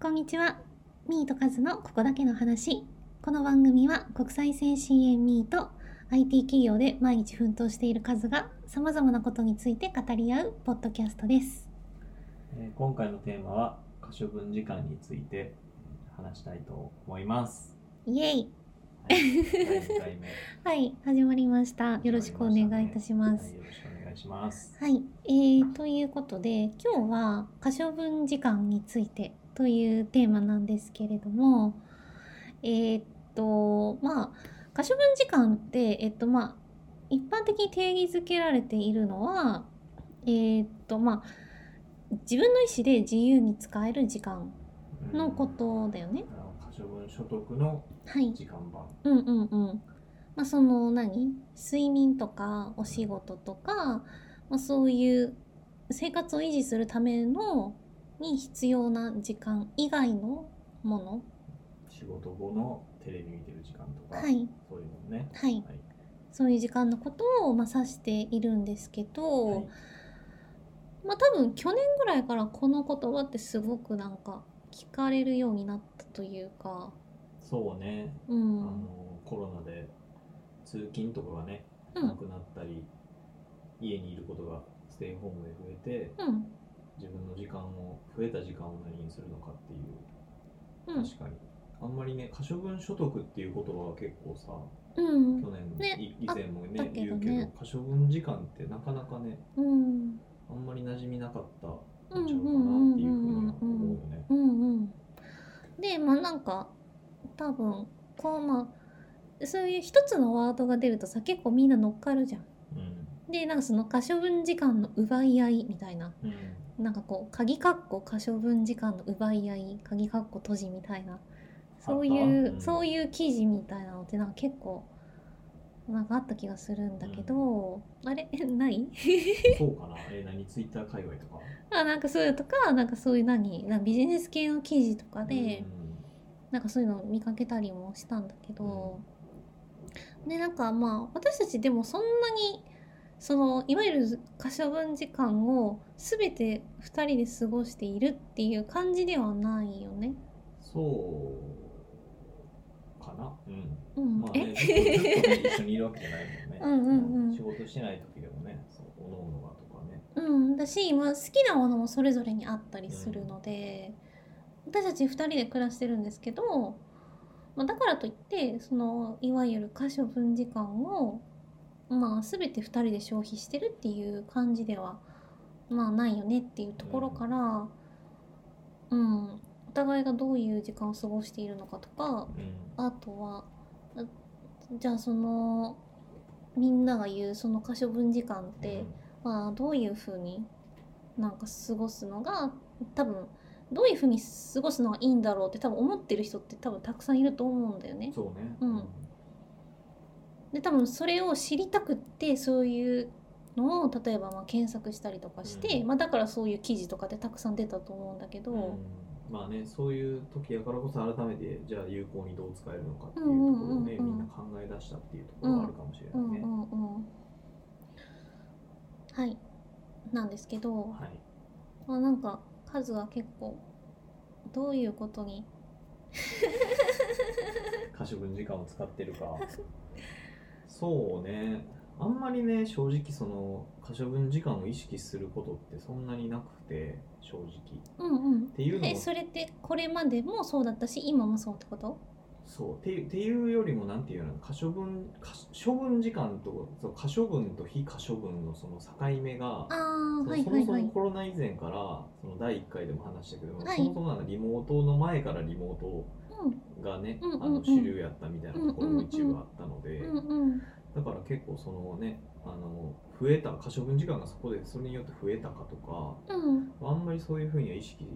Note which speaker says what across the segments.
Speaker 1: こんにちは。ミーとカズのここだけの話。この番組は国際先進援ミーと IT 企業で毎日奮闘しているカズがさまざまなことについて語り合うポッドキャストです。
Speaker 2: えー今回のテーマは可処分時間について話したいと思います。
Speaker 1: イエイ
Speaker 2: はい、第2回目
Speaker 1: はい、始まりました。 よろしくお願いいたしま
Speaker 2: は
Speaker 1: す
Speaker 2: い。よろしくお願いします。
Speaker 1: はい、えー、ということで今日は可処分時間についてというテーマなんですけれどもえーっとまあ可処分時間ってえっとまあ一般的に定義づけられているのはえーっとまあ自分の意思で自由に使える時間
Speaker 2: うん
Speaker 1: のことだよね。
Speaker 2: あの可処分所得の
Speaker 1: はい、
Speaker 2: 時間版。
Speaker 1: うんうんうん。まあその何睡眠とかお仕事とか、まあ、そういう生活を維持するためのに必要な時間以外のもの。
Speaker 2: 仕事後のテレビ見てる時間とか、
Speaker 1: はい
Speaker 2: そういうのね。
Speaker 1: はい。
Speaker 2: はい
Speaker 1: そういう時間のことをまあ指しているんですけど、
Speaker 2: はい
Speaker 1: まあ多分去年ぐらいからこの言葉ってすごくなんか聞かれるようになったというか、
Speaker 2: そうね、
Speaker 1: う
Speaker 2: あ
Speaker 1: ん。
Speaker 2: のコロナで通勤とかがね、
Speaker 1: う
Speaker 2: な、
Speaker 1: ん。
Speaker 2: くなったり、家にいることがステイホームで増えて、
Speaker 1: うん。
Speaker 2: 自分の時間を増えた時間を何にするのかっていう
Speaker 1: うん。
Speaker 2: 確かにあんまりね可処分所得っていう言葉は結構さ
Speaker 1: うん
Speaker 2: 去年、
Speaker 1: ね
Speaker 2: い以前も
Speaker 1: あった
Speaker 2: ね
Speaker 1: け
Speaker 2: 言
Speaker 1: ど
Speaker 2: う
Speaker 1: ね
Speaker 2: けど可処分時間ってなかなかね
Speaker 1: うん。
Speaker 2: あんまり馴染みなかったんち
Speaker 1: う
Speaker 2: ゃうんかなって
Speaker 1: う
Speaker 2: いうん
Speaker 1: う
Speaker 2: ふ
Speaker 1: ん
Speaker 2: うには
Speaker 1: うんうん
Speaker 2: 思うよね。
Speaker 1: うんうん、でまあなんか多分こうまあそういう一つのワードが出るとさ結構みんな乗っかるじゃん。
Speaker 2: うん
Speaker 1: でなんかその可処分時間の奪い合いみたいな
Speaker 2: うん
Speaker 1: なんかこう鍵括弧可処分時間の奪い合い鍵括弧閉じみたいなそういう、
Speaker 2: うん
Speaker 1: そういう記事みたいなのってなんか結構なんかあった気がするんだけど、あれ ない
Speaker 2: そうかなえ何ツイッター界隈とか
Speaker 1: あなんかそういうのとかなんかそういう何なんかビジネス系の記事とかで。なんかそういうのを見かけたりもしたんだけど、でなんかまあ私たちでもそんなにそのいわゆる可処分時間を全て2人で過ごしているっていう感じではないよね。
Speaker 2: そうかなうん
Speaker 1: うん、
Speaker 2: まあ
Speaker 1: え
Speaker 2: ねずっとずっとね一緒にいるわけじゃないもんね
Speaker 1: うんうんうん
Speaker 2: 仕事してない時でもねそうおのおのがとかね
Speaker 1: うん、だし、まあ、好きなものもそれぞれにあったりするので、私たち2人で暮らしてるんですけど、まあ、だからといってそのいわゆる可処分時間を、まあ、全て2人で消費してるっていう感じでは、まあ、ないよねっていうところから、うんお互いがどういう時間を過ごしているのかとか
Speaker 2: うん
Speaker 1: あとはあじゃあそのみんなが言うその可処分時間って。
Speaker 2: うん
Speaker 1: まあ、どういうふうになんか過ごすのが多分どういうふうに過ごすのがいいんだろうって多分思ってる人って多分たくさんいると思うんだよね。
Speaker 2: そうね。
Speaker 1: うんで多分それを知りたくってそういうのを例えばまあ検索したりとかして、
Speaker 2: うん
Speaker 1: まあ、だからそういう記事とかでたくさん出たと思うんだけど、
Speaker 2: うんまあね、そういう時やからこそ改めてじゃあ有効にどう使えるのかっていううんと
Speaker 1: うん
Speaker 2: こ
Speaker 1: うんう
Speaker 2: ろを
Speaker 1: ん
Speaker 2: ね、みんな考え出したっていうところはあるかもしれ
Speaker 1: う
Speaker 2: ない
Speaker 1: んう
Speaker 2: ね。
Speaker 1: んうん、はいなんですけど、
Speaker 2: はい。
Speaker 1: まあ、なんか数は結構どういうことに
Speaker 2: 可処分時間を使ってるか。そうね。あんまりね、正直その可処分時間を意識することってそんなになくて、正直。
Speaker 1: うんうん
Speaker 2: っていうの
Speaker 1: え
Speaker 2: も、
Speaker 1: それってこれまでもそうだったし今もそうってこと
Speaker 2: そうっていうっていうよりもなんていうの可処分可処分時間とそう可処分と非可処分のその境目が。
Speaker 1: ああ
Speaker 2: そ
Speaker 1: は
Speaker 2: の
Speaker 1: い
Speaker 2: そ
Speaker 1: は
Speaker 2: も
Speaker 1: い
Speaker 2: そ
Speaker 1: は
Speaker 2: も
Speaker 1: い
Speaker 2: コロナ以前からその第1回でも話したけど、
Speaker 1: はい
Speaker 2: そもそもなんかリモートの前からリモートがね、
Speaker 1: うんうん
Speaker 2: あ
Speaker 1: うんうん
Speaker 2: の主流やったみたいなところも一部あったので、
Speaker 1: うんうん
Speaker 2: だから結構そのねあの増えた可処分時間がそこでそれによって増えたかとか
Speaker 1: うんうん
Speaker 2: あんまりそういうふうには意識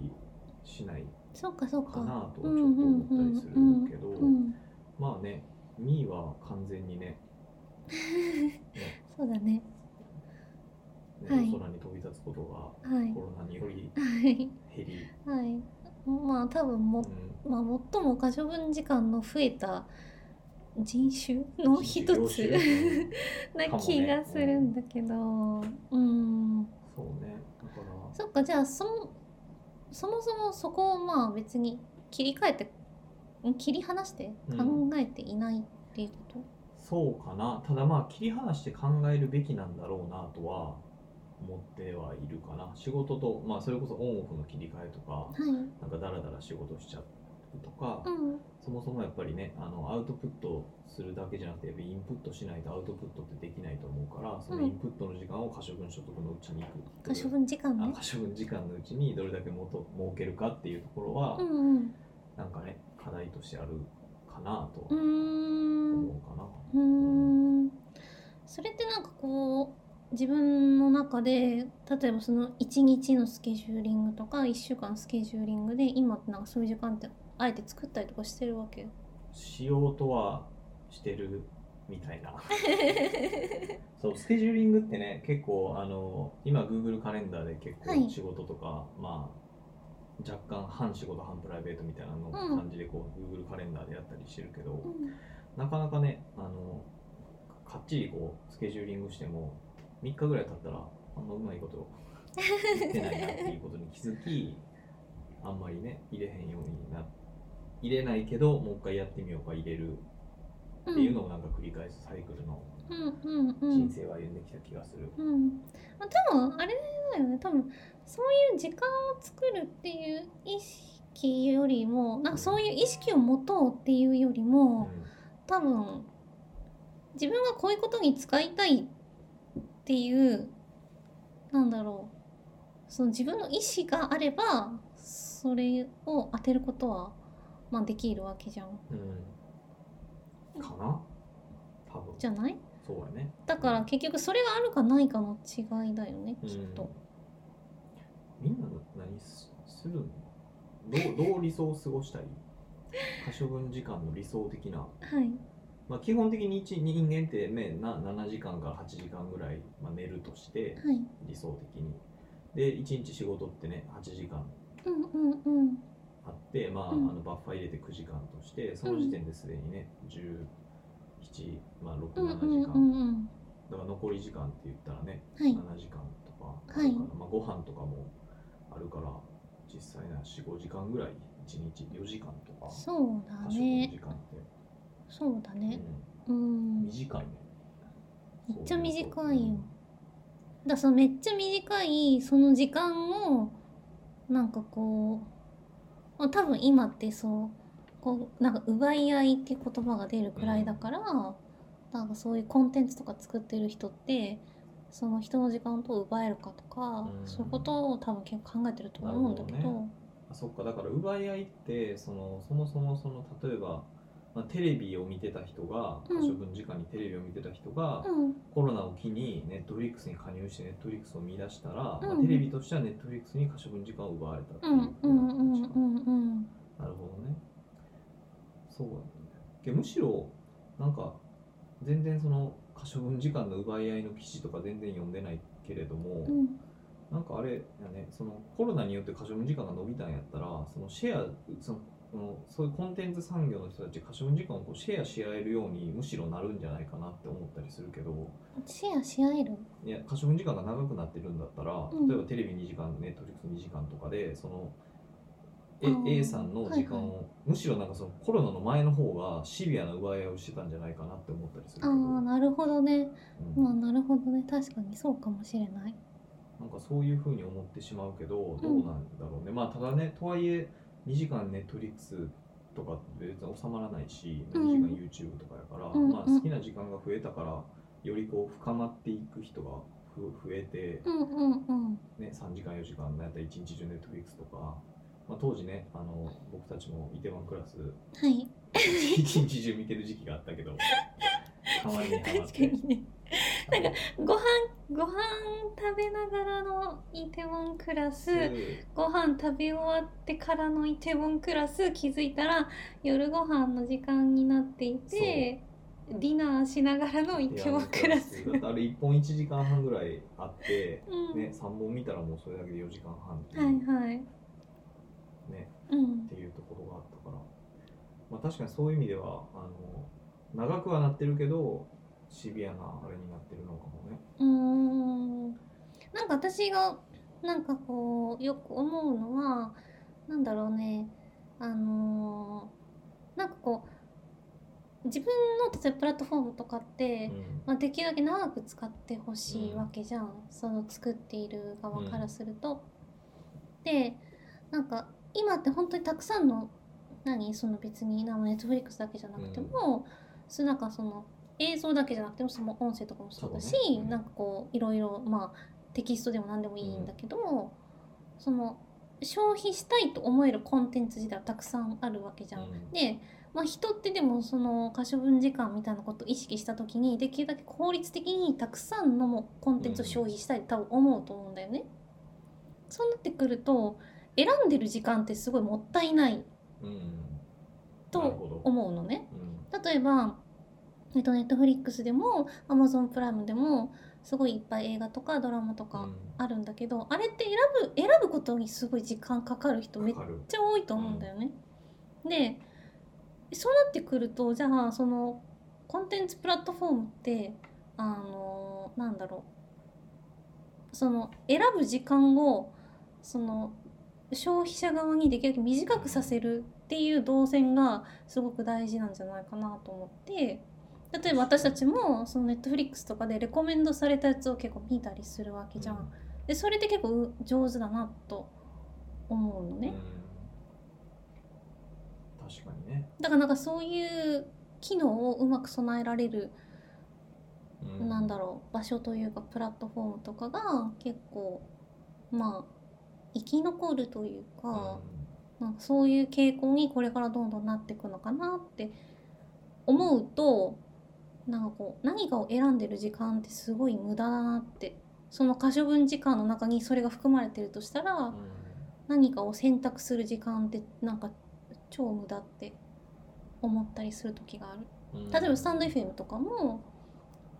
Speaker 2: しない
Speaker 1: そうかそう
Speaker 2: か
Speaker 1: か
Speaker 2: なとちょっと思ったりするけど、
Speaker 1: うん
Speaker 2: まあねミーは完全にね
Speaker 1: そうだね
Speaker 2: ね
Speaker 1: はい
Speaker 2: 空に飛び立つことが
Speaker 1: はい
Speaker 2: コロナにより
Speaker 1: はい
Speaker 2: 減り、
Speaker 1: はいまあ多分も、
Speaker 2: うん
Speaker 1: まあ、最も可処分時間の増えた人種の一つな気がするんだけど、うん
Speaker 2: そうねだから
Speaker 1: そっかじゃあそのそもそもそこをまあ別に切り替えてん切り離して考えていないっていうこと、
Speaker 2: そうかなただまあ切り離して考えるべきなんだろうなとは思ってはいるかな仕事とまあそれこそオンオフの切り替えとか
Speaker 1: はい
Speaker 2: なんかダラダラ仕事しちゃうとか、
Speaker 1: うん
Speaker 2: そもそもやっぱりねあのアウトプットするだけじゃなくてやっぱりインプットしないとアウトプットってできないと思うからその
Speaker 1: うん
Speaker 2: インプットの時間を可処分所得のうちに
Speaker 1: 可処分時間
Speaker 2: あ
Speaker 1: ね
Speaker 2: 可処分時間のうちにどれだけもと設けるかっていうところは、
Speaker 1: うん
Speaker 2: なんかね課題としてあるかなと
Speaker 1: うんうーん
Speaker 2: 思うかな。
Speaker 1: うーんそれってなんかこう自分の中で例えばその1日のスケジューリングとか1週間スケジューリングで今ってなんかそういう時間ってあえて作ったりとかしてるわ け
Speaker 2: しようとはしてるみたいな そうスケジューリングってね結構あの今 Google カレンダーで結
Speaker 1: はい
Speaker 2: 構仕事とか、まあ若干半仕事半プライベートみたいなの
Speaker 1: うん
Speaker 2: 感じでこう、Google カレンダーでやったりしてるけど、
Speaker 1: うん
Speaker 2: なかなかねあのかっちりこうスケジューリングしても3日ぐらい経ったらあんまうまいこと言ってないなっていうことに気づきあんまりね入れへんようにな入れないけどもう一回やってみようか入れる
Speaker 1: う
Speaker 2: っていうんのをなんか繰り返すサイクルの
Speaker 1: うんうんうん
Speaker 2: 人生を歩んできた気がする、
Speaker 1: うん、まあでもあれだよね多分そういう時間を作るっていう意識よりもなんかそういう意識を持とうっていうより
Speaker 2: うん
Speaker 1: も多分自分がこういうことに使いたいっていうなんだろうその自分の意思があればそれを当てることは、まあ、できるわけじゃん
Speaker 2: うん、かな多分
Speaker 1: じゃない
Speaker 2: そうやね
Speaker 1: だから結局それがあるかないかの違いだよねきっと。
Speaker 2: うん、みんな何すするのどう どう理想を過ごしたい可処分時間の理想的な、
Speaker 1: はい
Speaker 2: まあ、基本的に一人間って、ね、な7時間から8時間ぐらい、まあ、寝るとして
Speaker 1: はい
Speaker 2: 理想的にで1日仕事ってね8時間
Speaker 1: うんうんうん
Speaker 2: あって、まあ
Speaker 1: うん
Speaker 2: あのバッファー入れて9時間としてその時点ですでにね17、まあ、6、
Speaker 1: うん
Speaker 2: 7
Speaker 1: う
Speaker 2: 時
Speaker 1: ん
Speaker 2: 間、
Speaker 1: うんうん
Speaker 2: だから残り時間って言ったらね
Speaker 1: はい
Speaker 2: 7時間とかあるか
Speaker 1: は
Speaker 2: ら、
Speaker 1: い
Speaker 2: まあ、ご飯とかもあるから実際な45時間ぐらい1日4時間とか
Speaker 1: そうだ
Speaker 2: 多少の
Speaker 1: ね
Speaker 2: 時間って、
Speaker 1: そうだね
Speaker 2: う
Speaker 1: うん
Speaker 2: ん、
Speaker 1: だか
Speaker 2: 短いね
Speaker 1: めっちゃ短いよ
Speaker 2: そう
Speaker 1: らそのめっちゃ短いその時間をなんかこうまあ多分今ってそうこうなんか奪い合いっていう言葉が出るくらいだから、なんかそういうコンテンツとか作ってる人ってその人の時間をどう奪えるかとか、
Speaker 2: うん
Speaker 1: そういうことを多分結構考えてると思うんだけど
Speaker 2: なるほどあそっかだから奪い合いってそのそもそもその例えば、まあ、テレビを見てた人が
Speaker 1: うん
Speaker 2: 可処分時間にテレビを見てた人が、
Speaker 1: うん
Speaker 2: コロナを機にネットフリックスに加入してネットフリックスを見出したら、まあ
Speaker 1: うん
Speaker 2: テレビとしてはネットフリックスに可処分時間を奪われたっていう
Speaker 1: う
Speaker 2: ふうん
Speaker 1: うんうん
Speaker 2: な形か
Speaker 1: うんうん
Speaker 2: なるほどね。そうだねけど。むしろ、なんか、全然その、可処分時間の奪い合いの記事とか全然読んでないけれども、
Speaker 1: うん
Speaker 2: なんかあれやね、そのコロナによって可処分時間が伸びたんやったら、そのシェア、その、そのそういうコンテンツ産業の人たち可処分時間をこうシェアし合えるようにむしろなるんじゃないかなって思ったりするけど
Speaker 1: シェアし合える
Speaker 2: いや可処分時間が長くなってるんだったら、
Speaker 1: うん
Speaker 2: 例えばテレビ2時間ネットフリックス2時間とかでその
Speaker 1: あー
Speaker 2: A, A さんの時間を、
Speaker 1: はい
Speaker 2: むしろなんかそのコロナの前の方がシビアな奪い合いをしてたんじゃないかなって思ったりするけ
Speaker 1: あ
Speaker 2: ど、
Speaker 1: あなるほどね
Speaker 2: うん
Speaker 1: まあなるほどね確かにそうかもしれない
Speaker 2: なんかそういうふうに思ってしまうけど
Speaker 1: ん
Speaker 2: どうなんだろうね、まあただねとはいえ2時間ネットフリックスとかって別に収まらないし
Speaker 1: う
Speaker 2: 2
Speaker 1: ん
Speaker 2: 時間 YouTube とかやから、
Speaker 1: うんうん
Speaker 2: まあ、好きな時間が増えたからよりこう深まっていく人がふ増えて、
Speaker 1: うんうんうん
Speaker 2: ね、3時間4時間だいたい1日中ネットフリックスとか、まあ、当時ねあの僕たちもイテマンクラス
Speaker 1: はい
Speaker 2: 1日中見てる時期があったけどたまりにハマ
Speaker 1: 確
Speaker 2: っ
Speaker 1: か
Speaker 2: て
Speaker 1: にねなんかご飯ご飯食べながらのイテウォンクラスご飯食べ終わってからのイテウォンクラス気づいたら夜ご飯の時間になっていてディナーしながらのイテウォンクラス
Speaker 2: だってあれ1本1時間半ぐらいあって、
Speaker 1: うん、
Speaker 2: ね、3本見たらもうそれだけで4時間半っていう,、
Speaker 1: はいはい
Speaker 2: ね、
Speaker 1: うん
Speaker 2: っていうところがあったから、まあ、確かにそういう意味ではあの長くはなってるけどシビアなあれになってるのかもね。
Speaker 1: うーんなんか私がなんかこうよく思うのはなんだろうねあのーなんかこう自分の例えばプラットフォームとかって、
Speaker 2: うん
Speaker 1: まあ、できるだけ長く使ってほしい
Speaker 2: うん
Speaker 1: わけじゃん、その作っている側からすると。でなんか今って本当にたくさんの何その別にネットフリックスだけじゃなくても、そのなんかその映像だけじゃなくてもその音声とかもそうだし
Speaker 2: そうだねうん
Speaker 1: なんかこういろいろまあテキストでも何でもいいんだけど、その消費したいと思えるコンテンツ自体はたくさんあるわけじゃん。
Speaker 2: うん
Speaker 1: で、まあ、人ってでもその可処分時間みたいなことを意識した時にできるだけ効率的にたくさんのもうコンテンツを消費したいって多分思うと思うんだよね。そうなってくると選んでる時間ってすごいもったいない
Speaker 2: うんなる
Speaker 1: と
Speaker 2: ほど
Speaker 1: 思うのね。
Speaker 2: うん
Speaker 1: 例えば、えっと、ネットフリックスでも Amazon プライムでもすごいいっぱい映画とかドラマと
Speaker 2: う
Speaker 1: か
Speaker 2: ん
Speaker 1: あるんだけど、あれって選ぶ選ぶことにすごい時間かかる人めっ
Speaker 2: かかる
Speaker 1: めっちゃ多いと思うんだよね。でそうなってくるとじゃあそのコンテンツプラットフォームってあのなんだろうその選ぶ時間をその消費者側にできるだけ短くさせるっていう動線がすごく大事なんじゃないかなと思って例えば私たちもそのネットフリックスとかでレコメンドされたやつを結構見たりするわけじゃん。でそれって結構う上手だなと思うの
Speaker 2: うん
Speaker 1: ね。
Speaker 2: うん確かにね
Speaker 1: だからなんかそういう機能をうまく備えられる、
Speaker 2: う
Speaker 1: なんだろう場所というかプラットフォームとかが結構まあ生き残るという
Speaker 2: う
Speaker 1: か、
Speaker 2: ん
Speaker 1: なんかそういう傾向にこれからどんどんなっていくのかなって思うとなんかこう何かを選んでる時間ってすごい無駄だなってその可処分時間の中にそれが含まれてるとしたら、
Speaker 2: うん
Speaker 1: 何かを選択する時間ってなんか超無駄って思ったりする時がある
Speaker 2: うん
Speaker 1: 例えばスタンド FM とかも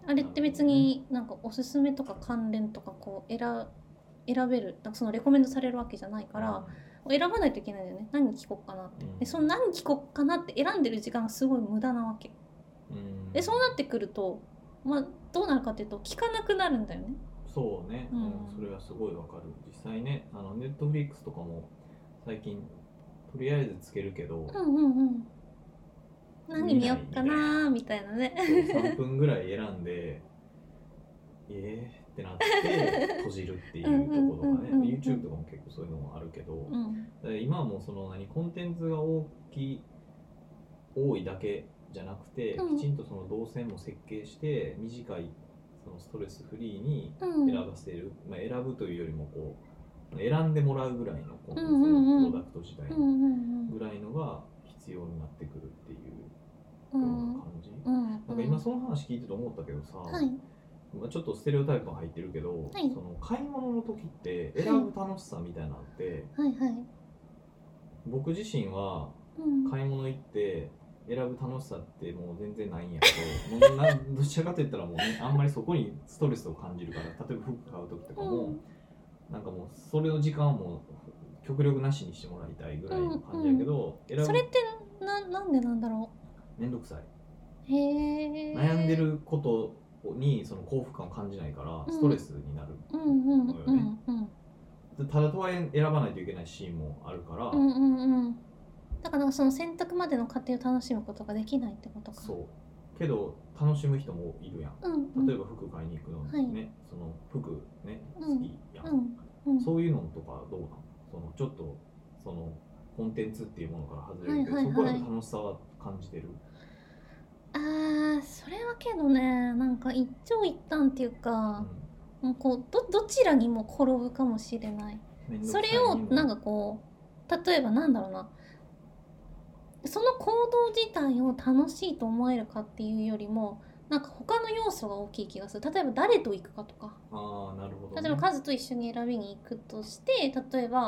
Speaker 1: あれって別になんかおすすめとか関連とかこう選選べるなんかそのレコメンドされるわけじゃないから、選ばないといけないんだよね何聞こうかなって、
Speaker 2: うん
Speaker 1: でその何聞こうかなって選んでる時間がすごい無駄なわけ
Speaker 2: うん
Speaker 1: でそうなってくるとまあどうなるかっていうと聞かなくなるんだよね
Speaker 2: そうね、
Speaker 1: うん
Speaker 2: うんそれはすごいわかる実際ねあのネットフリックスとかも最近とりあえずつけるけど、
Speaker 1: うんうんうん何見よっかなーみたいなね
Speaker 2: 3分ぐらい選んで えーってなって閉じるっていうところがね
Speaker 1: うんうんうんうん
Speaker 2: YouTube とかも結構そういうのもあるけど、
Speaker 1: うん
Speaker 2: だから今はもうその何コンテンツが大きい多いだけじゃなくて、
Speaker 1: うん
Speaker 2: きちんとその動線も設計して短いそのストレスフリーに
Speaker 1: うん
Speaker 2: 選ばせる、まあ、選ぶというよりもこう選んでもらうぐらいのコンテンツ
Speaker 1: うんうんうん
Speaker 2: プロダクト自体
Speaker 1: うんうん
Speaker 2: ぐらいのが必要になってくるっていう
Speaker 1: う
Speaker 2: ようんな感じ、
Speaker 1: うん
Speaker 2: なんか今その話聞いてて思ったけどさ、
Speaker 1: はい
Speaker 2: まあ、ちょっとステレオタイプが入ってるけど、
Speaker 1: はい
Speaker 2: その買い物の時って選ぶ楽しさみたいなのって、
Speaker 1: はいはい
Speaker 2: 僕自身は
Speaker 1: うん
Speaker 2: 買い物行って選ぶ楽しさってもう全然ないんやけどもうなどちらかといったらもうねあんまりそこにストレスを感じるから例えば服買う時とかも、
Speaker 1: うん
Speaker 2: なんかもうそれの時間はもう極力なしにしてもらいたいぐらいの感じやけど、選ぶ
Speaker 1: それってななんでなんだろ
Speaker 2: めんどくさい、
Speaker 1: うへえ
Speaker 2: 悩んでることにその幸福感を感じないから
Speaker 1: うん
Speaker 2: ストレスになる、
Speaker 1: うんうんうんうん
Speaker 2: でただとはいえ選ばないといけないシーンもあるから、
Speaker 1: うんうんうんだからなんかその選択までの過程を楽しむことができないってことか
Speaker 2: そうけど楽しむ人もいるやん
Speaker 1: うんうん
Speaker 2: 例えば服買いに行くの
Speaker 1: はい
Speaker 2: ね、その服ね
Speaker 1: う
Speaker 2: 好
Speaker 1: ん
Speaker 2: きやん、
Speaker 1: うんうん
Speaker 2: そういうのとかどうなんそのちょっとそのコンテンツっていうものから外れるけど、
Speaker 1: はいはい
Speaker 2: そこ
Speaker 1: は
Speaker 2: ら
Speaker 1: い
Speaker 2: の楽しさは感じてる、
Speaker 1: あーそれはけどねなんか一長一短っていう
Speaker 2: う
Speaker 1: か
Speaker 2: ん、
Speaker 1: もうこうどどちらにも転ぶかもしれない
Speaker 2: めんどく
Speaker 1: そ
Speaker 2: さい
Speaker 1: れを
Speaker 2: にも
Speaker 1: なんかこう例えばなんだろうなその行動自体を楽しいと思えるかっていうよりもなんか他の要素が大きい気がする例えば誰と行くかとか
Speaker 2: ああなるほど、ね、
Speaker 1: 例えばカズと一緒に選びに行くとして例えば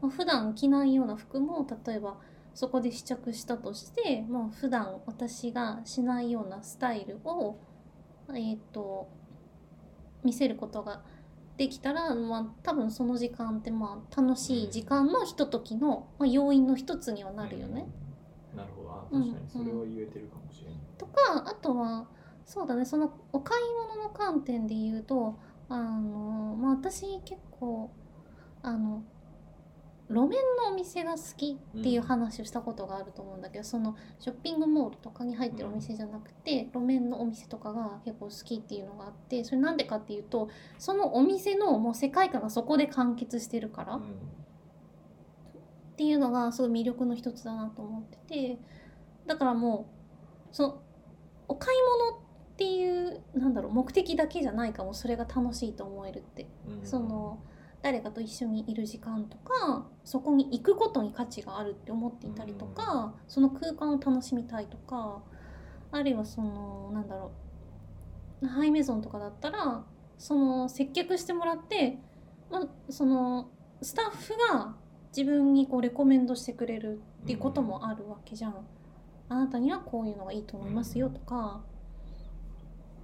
Speaker 1: まあ普段着ないような服も例えばそこで試着したとしてもう普段私がしないようなスタイルをえーっ、と見せることができたら、まあ、多分その時間ってまあ楽しい時間のひとときの、まあ、要因の一つにはなるよね。
Speaker 2: うん、なるほどあ
Speaker 1: うん
Speaker 2: 確かにそれは言えてるかもしれない、
Speaker 1: とかあとはそうだねそのお買い物の観点で言うとあのまあ私結構あの路面のお店が好きっていう話をしたことがあると思うんだけど、そのショッピングモールとかに入ってるお店じゃなくて、路面のお店とかが結構好きっていうのがあってそれなんでかっていうとそのお店のもう世界観がそこで完結してるから、
Speaker 2: う
Speaker 1: っ
Speaker 2: ん
Speaker 1: ていうのがすごい魅力の一つだなと思っててだからもうそのお買い物っていうなんだろう目的だけじゃないかもそれが楽しいと思えるって
Speaker 2: うん
Speaker 1: その誰かと一緒にいる時間とかそこに行くことに価値があるって思っていたりとか、その空間を楽しみたいとかあるいはそのなんだろうハイメゾンとかだったらその接客してもらって、まあ、そのスタッフが自分にこうレコメンドしてくれるっていうこともあるわけじゃん。あなたにはこういうのがいいと思いますよとか、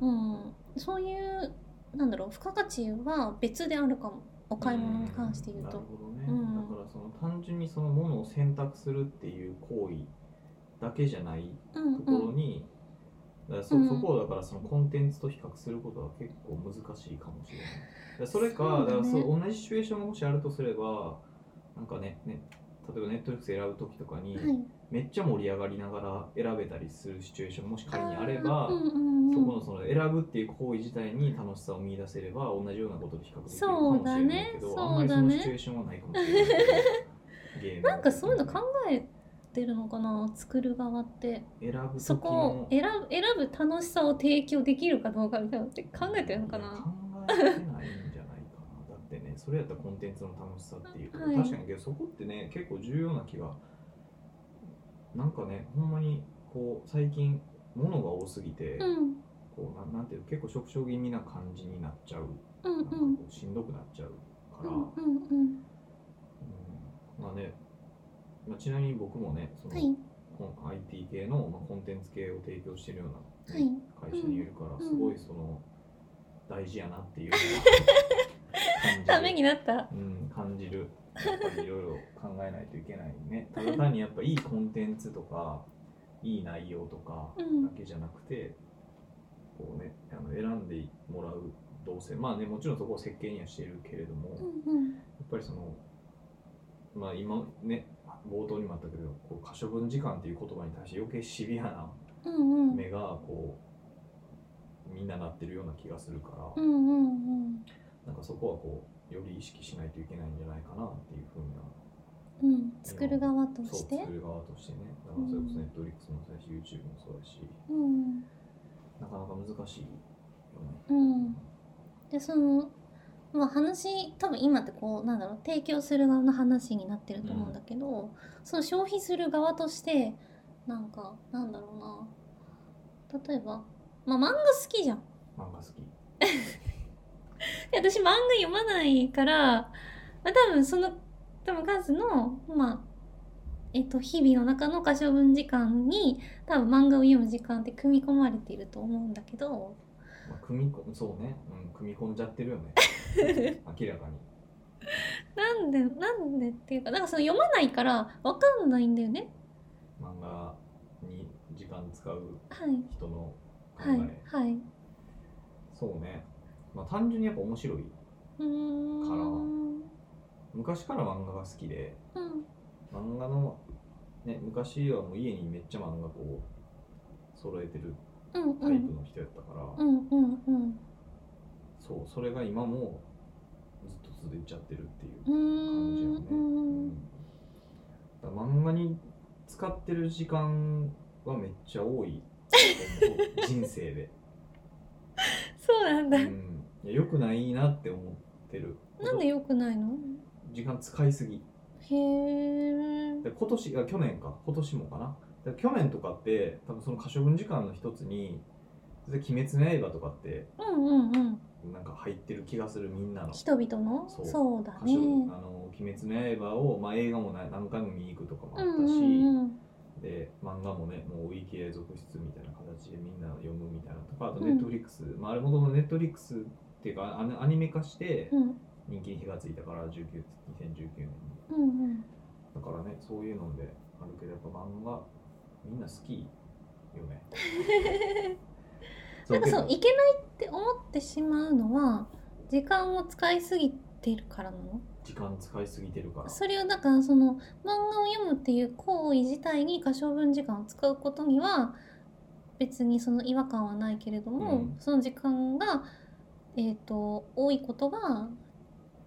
Speaker 1: うん、そういうなんだろう付加価値は別であるかもお買い物に関して言う
Speaker 2: なる
Speaker 1: と。
Speaker 2: ほどね、
Speaker 1: うん
Speaker 2: だからその単純にそのものを選択するっていう行為だけじゃない
Speaker 1: うん
Speaker 2: と
Speaker 1: う
Speaker 2: ころ
Speaker 1: ん
Speaker 2: に、だからそ
Speaker 1: うん
Speaker 2: そこをだからそのコンテンツと比較することは結構難しいかもしれない。だからそれか
Speaker 1: そうだね
Speaker 2: だからそう同じシチュエーションがもしあるとすればなんかねね例えばネットフリックス選ぶ時とかに、
Speaker 1: はい、
Speaker 2: めっちゃ盛り上がりながら選べたりするシチュエーションもし仮にあれば。
Speaker 1: ーうんうんうん
Speaker 2: そこのその選ぶっていう行為自体に楽しさを見出せれば同じようなことで比較できるかもしれないけど、
Speaker 1: そう
Speaker 2: あ
Speaker 1: だね
Speaker 2: んまりそ
Speaker 1: そう
Speaker 2: の
Speaker 1: だね
Speaker 2: シチュエーションはないかもしれないけどゲーム
Speaker 1: なんかそういうの考えてるのかな作る側って
Speaker 2: 選ぶ時の
Speaker 1: そこを選ぶ選ぶ楽しさを提供できるかどうかみたいなのって考えてるのか
Speaker 2: いや
Speaker 1: な
Speaker 2: 考えてないんじゃないかなだってねそれやったらコンテンツの楽しさっていうか、
Speaker 1: はい
Speaker 2: 確かにけどそこってね結構重要な気がなんかねほんまにこう最近物が多すぎて、
Speaker 1: うん
Speaker 2: こうなんなんていうの結構食傷気味な感じになっちゃう
Speaker 1: うんう
Speaker 2: なん
Speaker 1: ん
Speaker 2: か
Speaker 1: うん
Speaker 2: こうしんどくなっちゃうから、
Speaker 1: うんうん
Speaker 2: うんまあね、まあ、ちなみに僕もねその、
Speaker 1: はい
Speaker 2: こん IT 系の、まあ、コンテンツ系を提供してるような
Speaker 1: はい
Speaker 2: 会社にいるから、
Speaker 1: うん
Speaker 2: すごいその大事やなっていうのは
Speaker 1: た
Speaker 2: 感
Speaker 1: め
Speaker 2: じ
Speaker 1: に
Speaker 2: る、
Speaker 1: なった
Speaker 2: うん、感じるやっぱりいろいろ考えないといけないねただ単にやっぱいいコンテンツとかいい内容とか
Speaker 1: うん
Speaker 2: だけじゃなくて、こうねあの選んでもらう動線まあねもちろんそこを設計にはしているけれども、
Speaker 1: うんうん
Speaker 2: やっぱりその、まあ、今ね冒頭にもあったけどこう可処分時間っていう言葉に対して余計シビアな
Speaker 1: うんうん
Speaker 2: 目がこうみんななってるような気がするから、
Speaker 1: うんうんうん
Speaker 2: なんかそこはこうより意識しないといけないんじゃないかなっていうふうには
Speaker 1: うん、作る側と
Speaker 2: そう
Speaker 1: して
Speaker 2: 作る側としてねだからそれこそネットリックスもそうだし YouTube もそうだし
Speaker 1: うん
Speaker 2: なかなか難しいよね。
Speaker 1: うんでそのまあ話多分今ってこうなんだろう提供する側の話になってると思うんだけど、その消費する側としてなんかなんだろうな例えばまあ漫画好きじゃん
Speaker 2: 漫画好き
Speaker 1: で私漫画読まないから、まあ、多分その多分カズのまあえっと日々の中の可処分時間に多分漫画を読む時間って組み込まれていると思うんだけど
Speaker 2: まあ、組み込そうね、うん、組み込んじゃってるよね 明らかに
Speaker 1: なんでなんでっていうかなんかその読まないからわかんないんだよね
Speaker 2: 漫画に時間使う
Speaker 1: はい
Speaker 2: 人の考え、
Speaker 1: はいはい
Speaker 2: そうね、まあ、単純にやっぱ面白いう
Speaker 1: ーん
Speaker 2: から昔から漫画が好きで
Speaker 1: うん
Speaker 2: 漫画の、ね、昔はもう家にめっちゃ漫画こう揃えてる
Speaker 1: うん
Speaker 2: タ
Speaker 1: う
Speaker 2: イプ
Speaker 1: ん
Speaker 2: の人やったから、
Speaker 1: うんうんうん
Speaker 2: そうそれが今もずっと続いちゃってるっていう
Speaker 1: うー
Speaker 2: 感じや
Speaker 1: ん
Speaker 2: ね、うんだから漫画に使ってる時間はめっちゃ多い 人生で
Speaker 1: そう なんだ、
Speaker 2: うん、いや良くないなって思ってる
Speaker 1: なんで良くないの
Speaker 2: 時間使いすぎ
Speaker 1: へえ
Speaker 2: で今年あ去年か今年もかなだから去年とかって多分その可処分時間の一つに「で鬼滅の刃」とかって
Speaker 1: うんうんうん
Speaker 2: なんか入ってる気がするみんなの
Speaker 1: 人々の
Speaker 2: そ
Speaker 1: そううだ
Speaker 2: 可
Speaker 1: ね
Speaker 2: 処あの「鬼滅の刃を」まあ、映画もな何回も見に行くとかもあ
Speaker 1: うん
Speaker 2: っ
Speaker 1: う
Speaker 2: たし、
Speaker 1: んうん
Speaker 2: で漫画もねもうウィキで続出みたいな形でみんな読むみたいなとかあと
Speaker 1: うん
Speaker 2: ネットフリックス、まあ、あれもともネットフリックスっていうかアニアニメ化して
Speaker 1: うん
Speaker 2: 人気に火がついたから19 2019年に
Speaker 1: うん
Speaker 2: だからね、そういうのであるけど、やっぱ漫画、みんな好きよね。
Speaker 1: なんかそう
Speaker 2: け
Speaker 1: いけないって思ってしまうのは時間を使いすぎてるからなの
Speaker 2: ど時間使いすぎてるから
Speaker 1: それをだからその漫画を読むっていう行為自体に可処分時間を使うことには別にその違和感はないけれども、
Speaker 2: うん
Speaker 1: その時間が、えー、と多いことが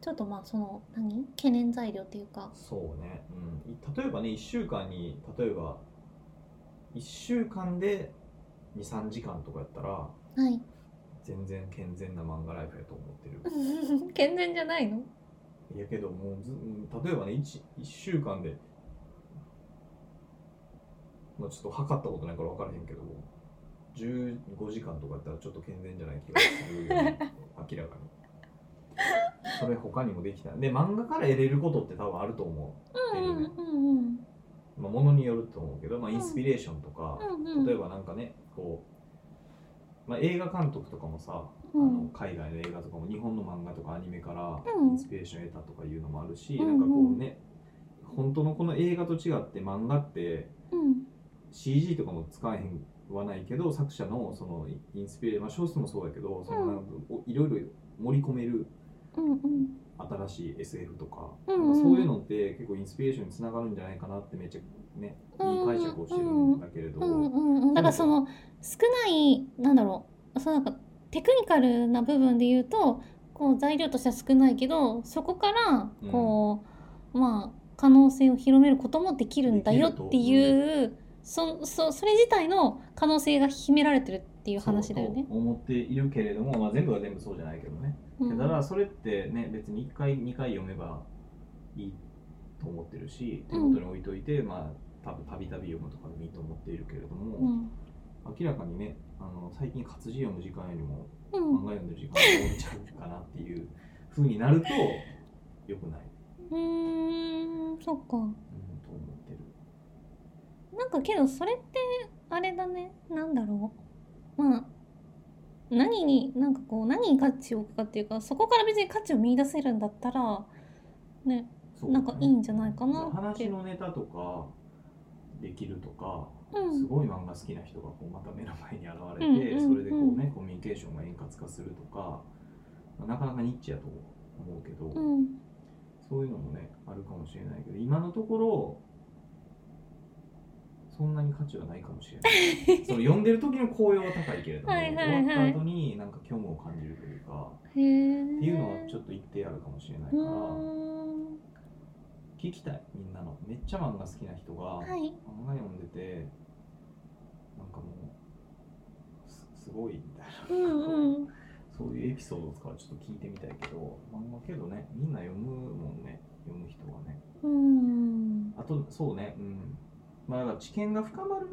Speaker 1: ちょっとまあその何懸念材料っていうか
Speaker 2: そうね、うんい、例えばね1週間に例えば1週間で23時間とかやったら
Speaker 1: はい
Speaker 2: 全然健全な漫画ライフやと思ってる
Speaker 1: 健全じゃないの
Speaker 2: いやけどもうずうん例えばね 1, 1週間で、まあ、ちょっと測ったことないから分からへんけど15時間とかやったらちょっと健全じゃない気がする よね明らかにそれ他にもできたで漫画から得れることって多分あると思
Speaker 1: うんうんうん
Speaker 2: う、まあ、ものによると思うけど、まあ、
Speaker 1: うん
Speaker 2: インスピレーションとか、
Speaker 1: うんうん
Speaker 2: 例えばなんかねこう、まあ、映画監督とかもさ、
Speaker 1: う
Speaker 2: あの
Speaker 1: ん
Speaker 2: 海外の映画とかも日本の漫画とかアニメから
Speaker 1: うん
Speaker 2: インスピレーションを得たとかいうのもあるし、
Speaker 1: うんうん
Speaker 2: なんかこうね本当のこの映画と違って漫画って
Speaker 1: うん、
Speaker 2: CG とかも使えへんはないけど作者のそのインスピレーション、まあ、小説もそうやけどその
Speaker 1: うん
Speaker 2: なんかおいろいろ盛り込める
Speaker 1: うんうん
Speaker 2: 新しい SF とか,、
Speaker 1: うんうん
Speaker 2: なんかそういうのって結構インスピレーションにつながるんじゃないかなってめっちゃねいい解釈をしてるんだけれど、
Speaker 1: うんうんうん、だからその少ないなんだろうそうなんかテクニカルな部分で言うとこう材料としては少ないけどそこからこう、まあ可能性を広めることもできるんだよっていう、そそそれ自体の可能性が秘められてるっていう話だよね
Speaker 2: そ。うと思っているけれども、まあ、全部が全部そうじゃないけどね
Speaker 1: うん
Speaker 2: だからそれってね別に1回2回読めばいいと思ってるし手元に置いといて、まあ多分たびたび読むとかでもいいと思っているけれど
Speaker 1: う
Speaker 2: も、
Speaker 1: ん
Speaker 2: 明らかにねあの最近活字読む時間よりも
Speaker 1: う
Speaker 2: 漫
Speaker 1: ん
Speaker 2: 画読んでる時間が多いんちゃうかなっていうふうになると良くない、
Speaker 1: うーんそっか
Speaker 2: うん、と思ってる。
Speaker 1: なんかけどそれってあれだねなんだろうまあ何になんかこう何に価値を置くかっていうかそこから別に価値を見出せるんだったらね
Speaker 2: そう
Speaker 1: なんかいいんじゃないかなって
Speaker 2: 話のネタとかできるとか
Speaker 1: うん
Speaker 2: すごい漫画好きな人がこうまた目の前に現れて、
Speaker 1: うんうんうん
Speaker 2: それでこうねコミュニケーションが円滑化するとか、まあなかなかニッチやと思うけど、
Speaker 1: うん
Speaker 2: そういうのもねあるかもしれないけど今のところそんなに価値はないかもしれない その読んでる時の高揚は高いけれども
Speaker 1: はいはいはい
Speaker 2: 終わった後になんか虚無を感じるというか
Speaker 1: へえ
Speaker 2: っていうのはちょっと一定あるかもしれないか
Speaker 1: う
Speaker 2: ら、
Speaker 1: ーん
Speaker 2: 聞きたいみんなのめっちゃ漫画好きな人が、
Speaker 1: はい
Speaker 2: 漫画読んでてなんかもうすすごいみたいな
Speaker 1: うんうん
Speaker 2: そういうエピソードとかはちょっと聞いてみたいけど漫画けどねみんな読むもんね読む人はね
Speaker 1: うん
Speaker 2: あとそうねうんまあだから知見が深まる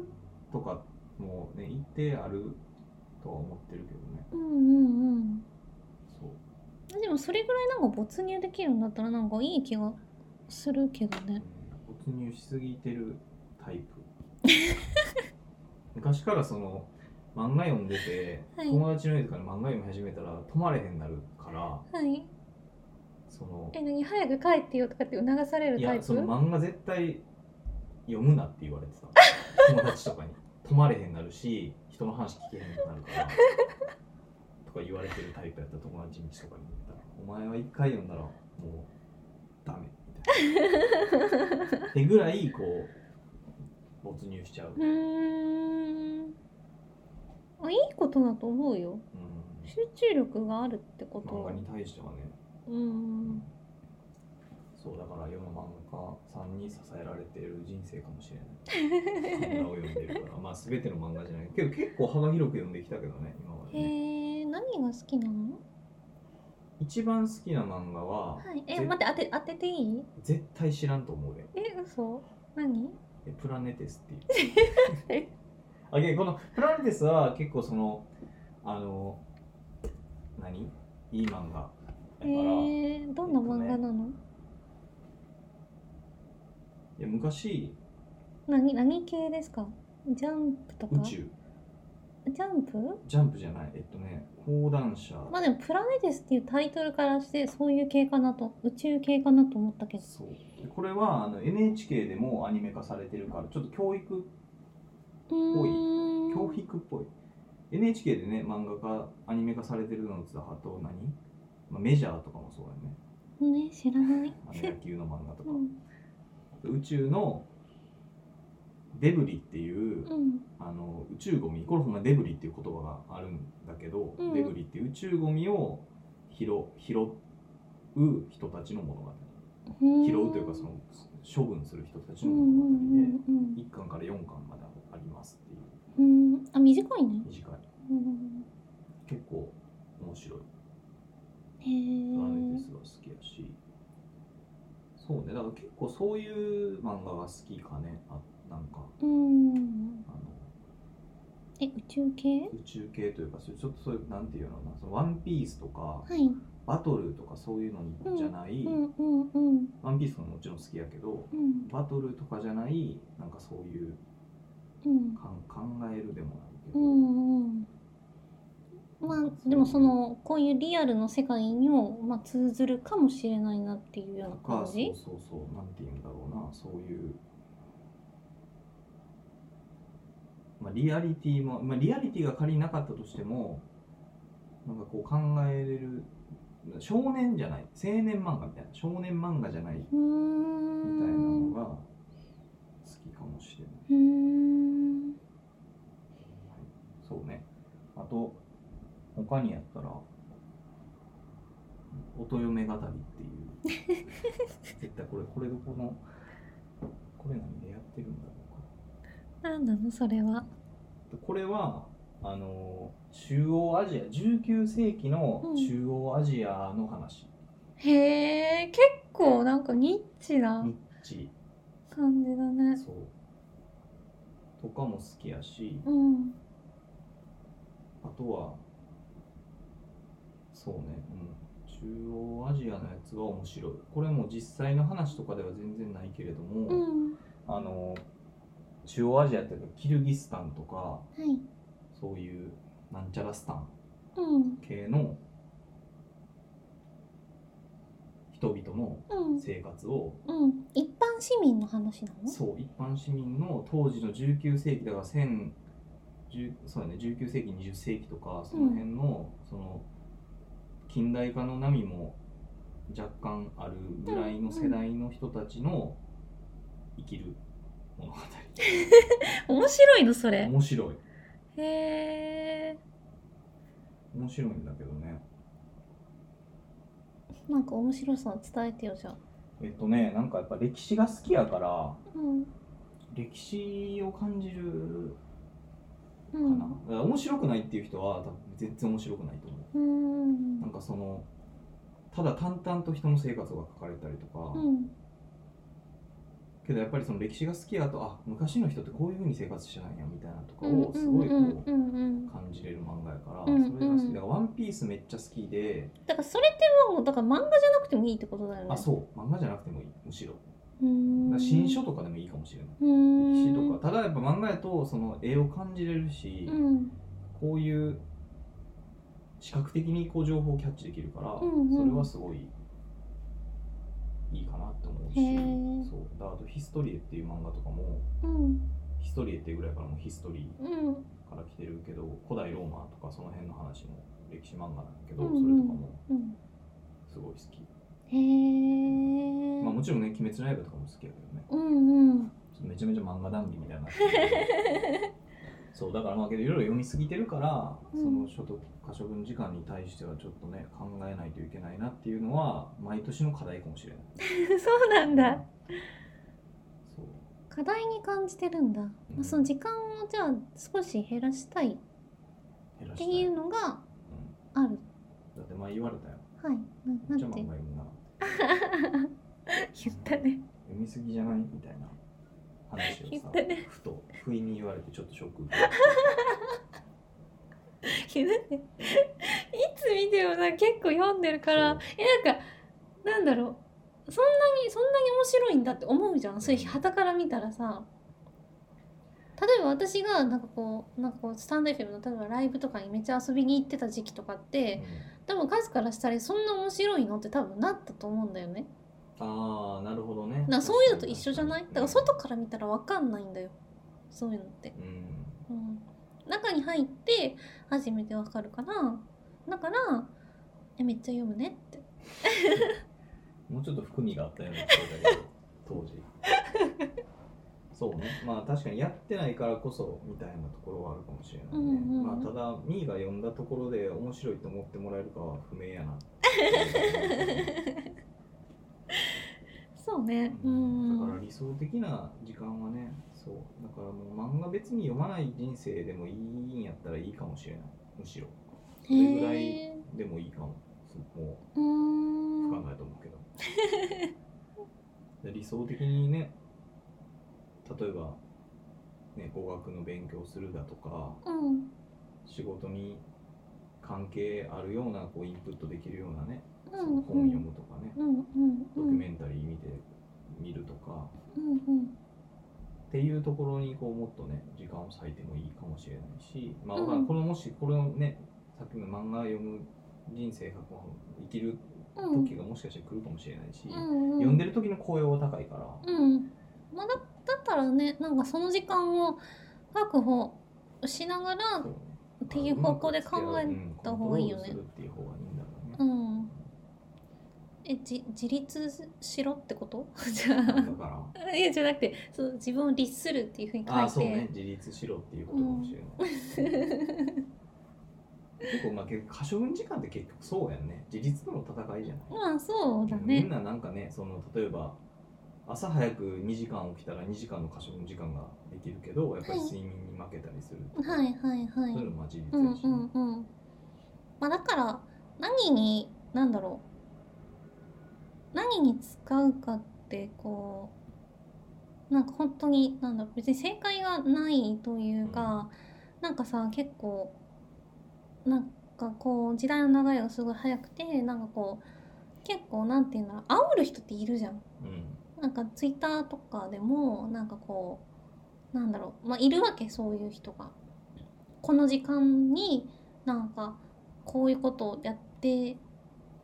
Speaker 2: とかもね一定あるとは思ってるけどね
Speaker 1: うんうんうん
Speaker 2: そう
Speaker 1: でもそれぐらいなんか没入できるんだったらなんかいい気がするけどね
Speaker 2: うん没入しすぎてるタイプ 昔からその漫画読んでて、
Speaker 1: はい
Speaker 2: 友達の家とかで漫画読み始めたら止まれへんなるから
Speaker 1: はい
Speaker 2: その
Speaker 1: え何早く帰ってよとかって促される
Speaker 2: い
Speaker 1: タイ
Speaker 2: や
Speaker 1: プ
Speaker 2: その漫画絶対読むなって言われて た友達とかに止まれへんなるし人の話聞けへんなる からとか言われてるタイプやった友達にとかに言ったら「お前は一回読んだらもうダメ」み たいな。ってぐらいこう没入しちゃう。
Speaker 1: うーんあいいことだと思うよ
Speaker 2: うん
Speaker 1: 集中力があるってこ
Speaker 2: 漫
Speaker 1: と
Speaker 2: 画
Speaker 1: は
Speaker 2: に対してはね
Speaker 1: うーん
Speaker 2: そうだから世の漫画家さんに支えられている人生かもしれ ない漫画を読んでるからまあ全ての漫画じゃないけど結構幅広く読んできたけどね今まで
Speaker 1: へ
Speaker 2: ね
Speaker 1: え何が好きなの
Speaker 2: 一番好きな漫画は、
Speaker 1: はいえ
Speaker 2: ぜ
Speaker 1: 待って当て当てていい
Speaker 2: 絶対知らんと思うで
Speaker 1: え嘘何
Speaker 2: えプラネテスっていうあけどこのプラネテスは結構そのあの何いい漫画だか
Speaker 1: え
Speaker 2: ら、
Speaker 1: ー、どんな漫画なの、
Speaker 2: いや昔
Speaker 1: 何何系ですかジャンプとか
Speaker 2: 宇宙
Speaker 1: ジャンプ
Speaker 2: ジャンプじゃないえっとね講談社
Speaker 1: まあでも「プラネテス」っていうタイトルからしてそういう系かなと宇宙系かなと思ったけど
Speaker 2: そうでこれはあの NHK でもアニメ化されてるからちょっと教育
Speaker 1: うーん
Speaker 2: 教育っぽい NHK でね漫画化アニメ化されてるのってあと何、まあ、メジャーとかもそうだよね
Speaker 1: ね知らない。
Speaker 2: あの野球の漫画と
Speaker 1: う
Speaker 2: か、
Speaker 1: ん
Speaker 2: 宇宙のデブリっていう、
Speaker 1: うん
Speaker 2: あの宇宙ゴミこれほんまデブリっていう言葉があるんだけど、
Speaker 1: うん
Speaker 2: デブリっていう宇宙ゴミを拾拾う人たちの物語
Speaker 1: うん。
Speaker 2: 拾うというかその処分する人たち
Speaker 1: う
Speaker 2: の
Speaker 1: んう
Speaker 2: 物語で、
Speaker 1: んうん
Speaker 2: 1巻から4巻までありますってい
Speaker 1: う
Speaker 2: う
Speaker 1: ん。うんあ短いね。
Speaker 2: 短い
Speaker 1: うん
Speaker 2: 結構面白い
Speaker 1: へえ。
Speaker 2: プラネテスが好きやしそうねだから結構そういう漫画が好きかねあなんか
Speaker 1: うん。
Speaker 2: あの
Speaker 1: え宇宙系？
Speaker 2: 宇宙系というかそうちょっとそういうなんていうのかなそのワンピースとか
Speaker 1: はい。
Speaker 2: バトルとかそういうのじゃない、
Speaker 1: うんうんうん
Speaker 2: ワンピースももちろん好きやけど
Speaker 1: うん
Speaker 2: バトルとかじゃないなんかそういう
Speaker 1: うん。
Speaker 2: かん考えるでもないけ
Speaker 1: う
Speaker 2: ど、
Speaker 1: んうん。まあでもそのこういうリアルの世界にもまあ通ずるかもしれないなっていうよう
Speaker 2: と
Speaker 1: な
Speaker 2: か
Speaker 1: 感
Speaker 2: そう
Speaker 1: じ。
Speaker 2: そうそうなんていうんだろうなそういう、まあ、リアリティも、まあ、リアリティが仮になかったとしてもなんかこう考えれる少年じゃない青年漫画みたいな少年漫画じゃないう
Speaker 1: ー
Speaker 2: みたいなの
Speaker 1: ん。う
Speaker 2: が好きかもしれない。
Speaker 1: ーん。
Speaker 2: そうね。あと、他にやったら、音嫁語りっていう。 絶対これ、これどこの、これ何でやってるんだろう
Speaker 1: なんなのそれは。
Speaker 2: か。これは、あの、中央アジア、19世紀の中央アジアの話。
Speaker 1: へえ結構なんかニッチな
Speaker 2: ニッチ、
Speaker 1: 感じだね。
Speaker 2: そう。とかも好きやし、
Speaker 1: うん。
Speaker 2: あとは、そうね、うん、中央アジアのやつは面白い。これも実際の話とかでは全然ないけれども、
Speaker 1: うん。
Speaker 2: あの中央アジアっていうかキルギスタンとか
Speaker 1: はい。
Speaker 2: そういうなんちゃらスタン
Speaker 1: うん。
Speaker 2: 系の人々の
Speaker 1: うん。
Speaker 2: 生活を、
Speaker 1: うん。一般市民の話なの？
Speaker 2: そう一般市民の当時の19世紀だから100010そうやね19世紀20世紀とかその辺の、その近代化の波も若干あるぐらいの世代の人たちの生きる物語、
Speaker 1: 面白いのそれ。
Speaker 2: 面白い
Speaker 1: へえ。
Speaker 2: 面白いんだけどね
Speaker 1: なんか面白さを伝えてよじゃあ。
Speaker 2: えっとねなんかやっぱ歴史が好きやから
Speaker 1: うん。
Speaker 2: 歴史を感じる
Speaker 1: う
Speaker 2: か
Speaker 1: ん。
Speaker 2: な、だから面白くないっていう人は多分全然面白くないと思
Speaker 1: うー
Speaker 2: うなん
Speaker 1: ん。
Speaker 2: かそのただ淡々と人の生活が書かれたりとか、
Speaker 1: うん。
Speaker 2: けどやっぱりその歴史が好きやとあ昔の人ってこういうふうに生活してないんやみたいなとか
Speaker 1: うん
Speaker 2: をすごいこ
Speaker 1: うんう
Speaker 2: うん
Speaker 1: うん。
Speaker 2: 感じれる漫画やから、
Speaker 1: うんうん
Speaker 2: それが好きだから「ワンピースめっちゃ好きで、
Speaker 1: だからそれってもうだから漫画じゃなくてもいいってことだよね。
Speaker 2: あそう漫画じゃなくてもいいむしろ
Speaker 1: うーん。
Speaker 2: だから新書とかでもいいかもしれない。
Speaker 1: うーん。
Speaker 2: 歴史とかただやっぱ漫画やとその絵を感じれるし、
Speaker 1: うん。
Speaker 2: こういう視覚的にこう情報をキャッチできるから、
Speaker 1: うんうん
Speaker 2: それはすごいいいかなって思うし
Speaker 1: へー
Speaker 2: そうだからあと「ヒストリエ」っていう漫画とかも
Speaker 1: うん。
Speaker 2: 「ヒストリエ」っていうぐらいからもうヒストリ
Speaker 1: うん。
Speaker 2: ーから来てるけど古代ローマとかその辺の話も歴史漫画なんだけど、
Speaker 1: うんうん
Speaker 2: それとかも
Speaker 1: うん。
Speaker 2: すごい好き、
Speaker 1: へえ。
Speaker 2: まあ、もちろんね「鬼滅の刃」とかも好きやけどね
Speaker 1: うんうん。
Speaker 2: ちょっとめちゃめちゃ漫画談義みたいになって るそうだからまあけどいろいろ読みすぎてるから、
Speaker 1: うん
Speaker 2: その所得可処分時間に対してはちょっとね考えないといけないなっていうのは毎年の課題かもしれない
Speaker 1: そうなんだ。
Speaker 2: そう
Speaker 1: 課題に感じてるんだ、まあ、その時間をじゃあ少し減らしたいっ
Speaker 2: 減ら
Speaker 1: て
Speaker 2: したい、
Speaker 1: いううんのがある
Speaker 2: だって前言われたよ
Speaker 1: はいな
Speaker 2: めっちゃ
Speaker 1: なん
Speaker 2: 漫
Speaker 1: て
Speaker 2: 画読む
Speaker 1: 言
Speaker 2: な
Speaker 1: ったね
Speaker 2: 読みすぎじゃないみたいな話
Speaker 1: 言
Speaker 2: を
Speaker 1: っ
Speaker 2: さ、
Speaker 1: たね
Speaker 2: ふと不意に言われてちょっとショック受け
Speaker 1: 言ったねいつ見てもな結構読んでるか
Speaker 2: た
Speaker 1: らえなんかなんだろうそんなにそんなに面白いんだって思うじゃんそれ傍から見たらさ例えば私がなんかこうなんかこうスタンド FM の例えばライブとかにめっちゃ遊びに行ってた時期とかって多分カズからしたらそんな面白いのって多分なったと思うんだよね
Speaker 2: ああなるほどね
Speaker 1: なんかそういうのと一緒じゃないだから
Speaker 2: 外
Speaker 1: 外から見たら分かんないんだよそういうのって、
Speaker 2: うん
Speaker 1: うん、中に入って初めて分かるからだからえめっちゃ読むねって
Speaker 2: もうちょっと含みがあったような気がしたけど当時 そうねまあ確かにやってないからこそみたいなところはあるかもしれない
Speaker 1: う
Speaker 2: ね、
Speaker 1: んうんうん
Speaker 2: まあ、ただミーが読んだところで面白いと思ってもらえるかは不明やなっていう
Speaker 1: そうねう
Speaker 2: うんだから
Speaker 1: ん
Speaker 2: 理想的な時間はねそうだからもう漫画別に読まない人生でもいいんやったらいいかもしれないむしろそれぐらい
Speaker 1: へえ
Speaker 2: でもいいかもも
Speaker 1: う
Speaker 2: う
Speaker 1: ん
Speaker 2: 不可能やと思うけど で理想的にね例えば、ね、語学の勉強するだとか
Speaker 1: うん
Speaker 2: 仕事に関係あるようなこうインプットできるようなね、
Speaker 1: う
Speaker 2: そ
Speaker 1: ん
Speaker 2: の
Speaker 1: う
Speaker 2: 本
Speaker 1: ん
Speaker 2: 読むとかね、
Speaker 1: うんうんう
Speaker 2: ドキュ
Speaker 1: ん
Speaker 2: メンタリー見て見るとか
Speaker 1: うんうん
Speaker 2: っていうところにこうもっとね時間を割いてもいいかもしれないし、まあ、
Speaker 1: うん
Speaker 2: わからんこのもしこれをねさっきの漫画読む人生がこう生きる
Speaker 1: うん
Speaker 2: 時がもしかして来るかもしれないし、
Speaker 1: うん
Speaker 2: 読んでる時の紅葉が高いから、
Speaker 1: うんまあだだったらねなんかその時間を確保しながら
Speaker 2: そうね
Speaker 1: っていう方向で考えた方がいいよね
Speaker 2: うんコントロールするっていう方がいいんだろうね
Speaker 1: う。んえじ自立しろってこと じゃ
Speaker 2: だ
Speaker 1: あ
Speaker 2: か
Speaker 1: いやじゃなくてそう自分を律するっていうふうに書い
Speaker 2: ら、
Speaker 1: て
Speaker 2: ああそうね、自立しろっていうことかもしれない。結構まあ結構可処分時間って結局そうやんね自立との戦いじゃない、
Speaker 1: まあそうだ
Speaker 2: み
Speaker 1: ね
Speaker 2: んななんかねその例えば朝早く2時間起きたら2時間の可処分時間ができるけどやっぱり
Speaker 1: はい
Speaker 2: 睡眠に負けたりするとか、
Speaker 1: はいはいは
Speaker 2: そういう
Speaker 1: い
Speaker 2: のもまあ自立
Speaker 1: うん
Speaker 2: やし、
Speaker 1: うんうんまあだから何に何だろう何に使うかってこうなんか本当になんだろう別に正解がないというか、なんかさ結構なんかこう時代の流れがすごい早くてなんかこう結構なんて言うんだろう煽る人っているじゃん。
Speaker 2: うん
Speaker 1: なんかツイッターとかでもなんかこうなんだろうまあいるわけそういう人がこの時間になんかこういうことをやって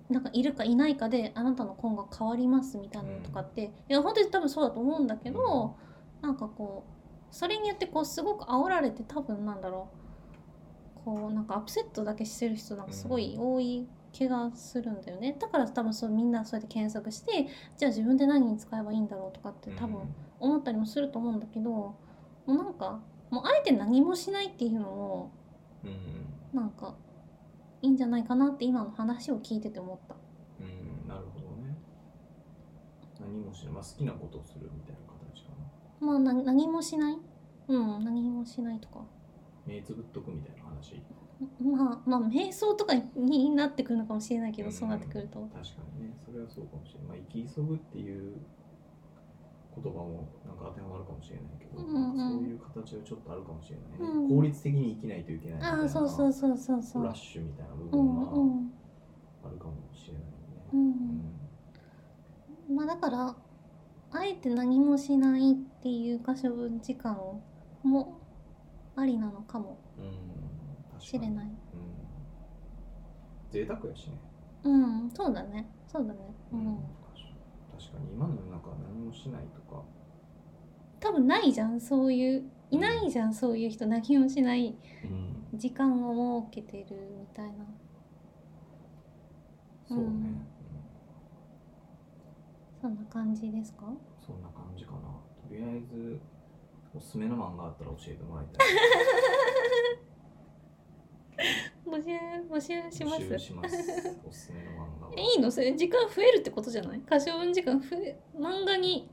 Speaker 1: なんかいるかいないかであなたの今後変わりますみたいなのとかって、いや本当に多分そうだと思うんだけど、なんかこうそれによってこうすごく煽られて多分なんだろうこうなんかアップセットだけしてる人なんかすごい多い気がするんだよね、だから多分そうみんなそうやって検索してじゃあ自分で何に使えばいいんだろうとかって多分思ったりもすると思うんだけど、もうなんかもうあえて何もしないっていうのも
Speaker 2: うんうん
Speaker 1: なんかいいんじゃないかなって今の話を聞いてて思った。
Speaker 2: うんなるほどね何もしない、まあ、好きなことをするみたいな形かな
Speaker 1: まあな何もしないうん何もしないとか
Speaker 2: 目つぶっとくみたいな話
Speaker 1: まあまあ瞑想とかになってくるのかもしれないけど、
Speaker 2: うん
Speaker 1: そうなってくると
Speaker 2: 確かにねそれはそうかもしれない、まあ、生き急ぐっていう言葉もなんか当てはまるかもしれないけ
Speaker 1: う
Speaker 2: ど、
Speaker 1: んうん
Speaker 2: なんかそういう形はちょっとあるかもしれないね、
Speaker 1: うん
Speaker 2: 効率的に生きないといけないみたい
Speaker 1: あ
Speaker 2: な
Speaker 1: あそうそうそうそうそ
Speaker 2: フラ
Speaker 1: う
Speaker 2: ッシュみたいな部
Speaker 1: う
Speaker 2: 分
Speaker 1: んう
Speaker 2: は
Speaker 1: ん
Speaker 2: あるかもしれないね、
Speaker 1: う
Speaker 2: うん
Speaker 1: まあだからあえて何もしないっていう可処分時間もありなのかも
Speaker 2: んうん
Speaker 1: しれ
Speaker 2: い、
Speaker 1: ない
Speaker 2: うん、贅沢やしね、
Speaker 1: うんそうだねそうだねう
Speaker 2: うん
Speaker 1: ん
Speaker 2: 確かに今の世の中は何もしないとか
Speaker 1: 多分ないじゃんそういういないじゃんそういう人何もしない
Speaker 2: うん
Speaker 1: 時間を設けてるみたいな
Speaker 2: そうね、
Speaker 1: う
Speaker 2: うんん
Speaker 1: そんな感じですか
Speaker 2: そんな感じかなとりあえずおすすめの漫画あったら教えてもらいたい
Speaker 1: 募集募集 しま
Speaker 2: 募集
Speaker 1: す
Speaker 2: しますおすすめの漫画を
Speaker 1: えいいのそれ時間増えるってことじゃない可処分時間増え漫画に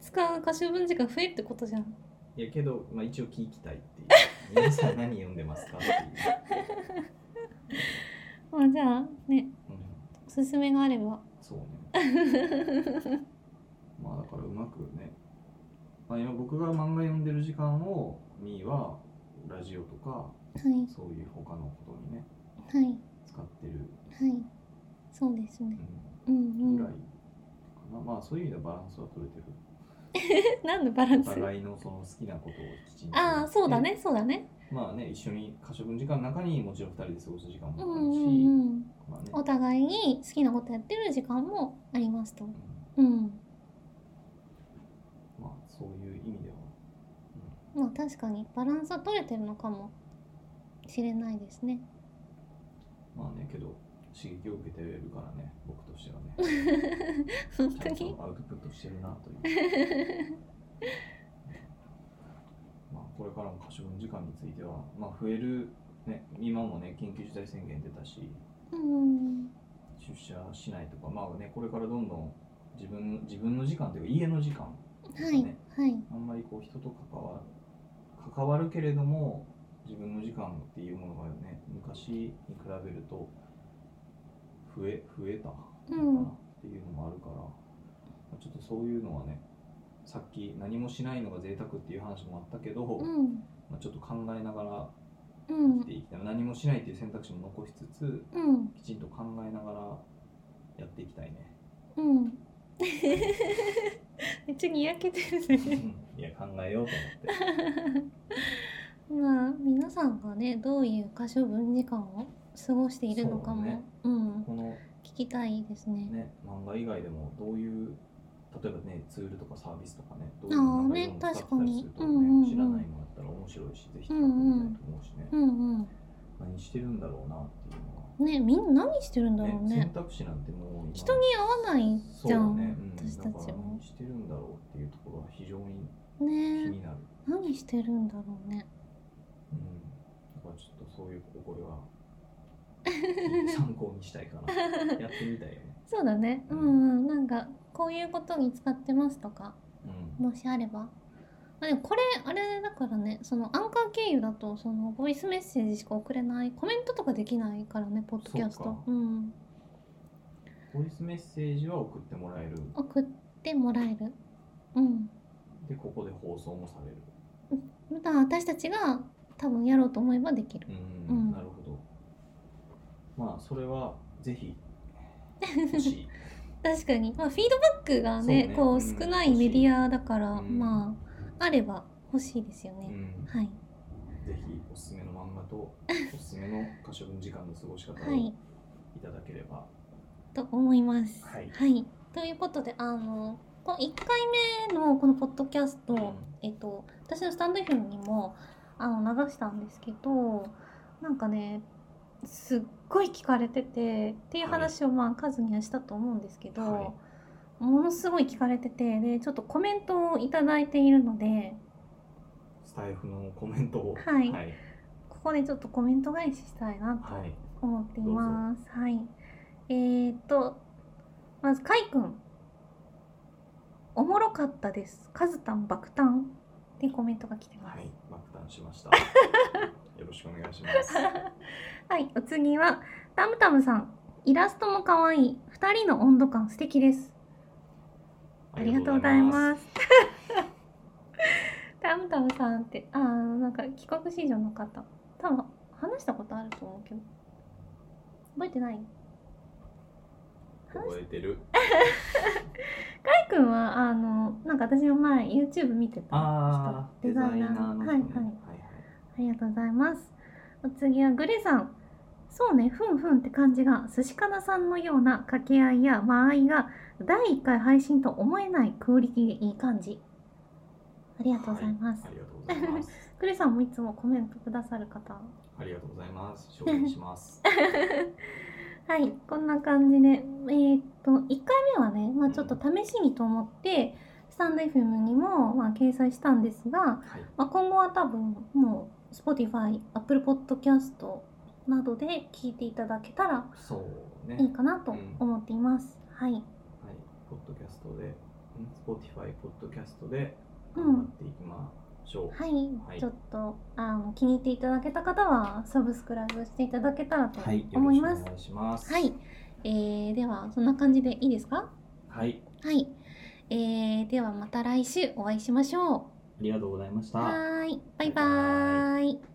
Speaker 1: 使う可処分時間増えるってことじゃん
Speaker 2: いやけど、まあ、一応聞きた いっていう皆さん何読んでますかっていう、
Speaker 1: まあじゃあね
Speaker 2: うん、
Speaker 1: おすすめがあれば
Speaker 2: そうね まあだからうまくね、まあ、今僕が漫画読んでる時間をみーはラジオとか
Speaker 1: はい
Speaker 2: そういう他のことにね
Speaker 1: はいはい
Speaker 2: 使ってる、
Speaker 1: そうですね
Speaker 2: う
Speaker 1: うん
Speaker 2: ん、
Speaker 1: う
Speaker 2: ぐらい
Speaker 1: ん
Speaker 2: かなまあそういう意味ではバランスは取れてる
Speaker 1: 何のバラン
Speaker 2: お
Speaker 1: ス
Speaker 2: 互いのその好きなことをきちんとやって
Speaker 1: ああそうだねそうだね
Speaker 2: まあね一緒に可処分時間の中にもちろん二人で過ごす時間
Speaker 1: う
Speaker 2: も
Speaker 1: ん
Speaker 2: あ
Speaker 1: う
Speaker 2: るし、
Speaker 1: んうん
Speaker 2: まあね、
Speaker 1: お互いに好きなことやってる時間もありますと
Speaker 2: うん
Speaker 1: うん
Speaker 2: まあそういう意味では、
Speaker 1: まあ確かにバランスは取れてるのかもしれないですね
Speaker 2: うんまあねけど刺激を受けてるからね僕としてはね
Speaker 1: 本
Speaker 2: ち
Speaker 1: 当
Speaker 2: ゃんと
Speaker 1: に
Speaker 2: アウトプットしてるなという まあこれからも可処分時間については、まあ、増える、ね、今もね緊急事態宣言出たし
Speaker 1: うん
Speaker 2: 出社しないとかまあねこれからどんどん自分自分の時間というか家の時間
Speaker 1: はい
Speaker 2: ね
Speaker 1: はい
Speaker 2: あんまりこう人と関わる関わるけれども自分の時間っていうものがね昔に比べると増え増えたのか
Speaker 1: うん
Speaker 2: なっていうのもあるから、ちょっとそういうのはねさっき何もしないのが贅沢っていう話もあったけど、
Speaker 1: うん
Speaker 2: まあ、ちょっと考えながら
Speaker 1: う
Speaker 2: 生き
Speaker 1: ん
Speaker 2: ていきたい、何もしないっていう選択肢も残しつつ
Speaker 1: うん
Speaker 2: きちんと考えながらやっていきたいね。
Speaker 1: うんめっちゃにやけてるね
Speaker 2: うんいや考えようと思って。
Speaker 1: まあ皆さんがねどういう箇所分時間を過ごしているのかもう,、
Speaker 2: そうね
Speaker 1: ん
Speaker 2: この
Speaker 1: 聞きたいですね
Speaker 2: ね、漫画以外でもどういう例えばねツールとかサービスとかねどういう
Speaker 1: あー
Speaker 2: 漫画
Speaker 1: ね
Speaker 2: でも使ってたりすると
Speaker 1: 確かにうんうんうん
Speaker 2: ね知らないのあったら面白いしぜひ使ってみたいと思うしね、
Speaker 1: うんうん
Speaker 2: 何してるんだろうなっていうの
Speaker 1: ねみんな何してるんだ
Speaker 2: は、
Speaker 1: ろう
Speaker 2: ね
Speaker 1: ね
Speaker 2: 選択肢なんてもう今
Speaker 1: 人に合わない
Speaker 2: そ
Speaker 1: じ
Speaker 2: うだ
Speaker 1: ゃん、
Speaker 2: ね、うん、
Speaker 1: 私たち
Speaker 2: だから
Speaker 1: も
Speaker 2: 何してるんだろうっていうところは非常に気
Speaker 1: ねえ
Speaker 2: になる、
Speaker 1: 何してるんだろうね
Speaker 2: うん、だからちょっとそういうこれは 参考にしたいかなやってみたいよね、
Speaker 1: そうだねうんうんなんかこういうことに使ってますとか
Speaker 2: うん、
Speaker 1: もしあればあでもこれあれだからねそのアンカー経由だとそのボイスメッセージしか送れないコメントとかできないからねポッドキャス
Speaker 2: そ
Speaker 1: ト
Speaker 2: うか
Speaker 1: うん
Speaker 2: ボイスメッセージは送ってもらえる
Speaker 1: 送ってもらえるうん
Speaker 2: でここで放送もされる
Speaker 1: また私たちが多分やろうと思えばできる
Speaker 2: うん、
Speaker 1: うん
Speaker 2: なるほどまあそれはぜひ欲し い、
Speaker 1: 確かに、まあ、フィードバックがね
Speaker 2: そうね
Speaker 1: こ
Speaker 2: う
Speaker 1: うん少ないメディアだから、
Speaker 2: うん
Speaker 1: まああれば欲しいですよ
Speaker 2: う
Speaker 1: ね、
Speaker 2: ん、
Speaker 1: はい
Speaker 2: ぜひおすすめの漫画とおすすめの可処分時間の過ごし方を
Speaker 1: はい
Speaker 2: いただければ、
Speaker 1: と思います。
Speaker 2: はい
Speaker 1: ということであのこ1回目のこのポッドキャスト、
Speaker 2: うん
Speaker 1: えっと、私のスタンド FM にもあの流したんですけどなんかねすっごい聞かれててっていう話をまあカズにはしたと思うんですけど、
Speaker 2: は
Speaker 1: ものすごい聞かれててでちょっとコメントを頂いただいているので
Speaker 2: スタイフのコメントを
Speaker 1: はい
Speaker 2: はい、
Speaker 1: ここでちょっとコメント返ししたいなと
Speaker 2: はい
Speaker 1: 思っています。はい。えー、っと、まず、かいくん。おもろかったです。カズタン爆誕っていうコメントが来てます。
Speaker 2: は
Speaker 1: はいい。
Speaker 2: 爆誕しま したよろしくお願いします
Speaker 1: お次は、タムタムさん。イラストも可愛い。二人の温度感素敵です。ありがとうございますす。タムタムさんって、あー、なんか帰国子女の方。多分、話したことあると思うけど。覚えてない
Speaker 2: 覚えてる
Speaker 1: かいくんはあのなんか私の前 YouTube 見てた
Speaker 2: あ
Speaker 1: 人
Speaker 2: ーデザイナーの人、ね、
Speaker 1: はいはいありがとうございますお次はグレさんそうねふんふんって感じが寿司かなさんのような掛け合いや間合いが第1回配信と思えないクオリティでいい感じありがとうございます、
Speaker 2: ありがとうございます
Speaker 1: グレさんもいつもコメントくださる方
Speaker 2: ありがとうございます承認します
Speaker 1: はい、こんな感じで、えーっと、1回目はね、まあ、ちょっと試しにと思って、スタンド FM にも、まあ、掲載したんですが、
Speaker 2: はい
Speaker 1: まあ、今後は多分もう Spotify、Apple Podcast などで聞いていただけたら
Speaker 2: そうね、
Speaker 1: いいかなと
Speaker 2: うん
Speaker 1: 思っています。はい、
Speaker 2: はい、ポッドキャストで、ん Spotify ポッドキャストで
Speaker 1: うん
Speaker 2: 頑張っていきましょう。
Speaker 1: はい、
Speaker 2: はい
Speaker 1: ちょっとあの気に入っていただけた方はサブスクライブしていただけたらと
Speaker 2: はい、よ
Speaker 1: 思
Speaker 2: ろ
Speaker 1: い
Speaker 2: しくお
Speaker 1: ます。
Speaker 2: 願いします。
Speaker 1: はい、えー、ではそんな感じでいいですか？
Speaker 2: はい、
Speaker 1: はい、えー、ではまた来週お会いしましょう。
Speaker 2: ありがとうございました。
Speaker 1: はーい、バイバーイ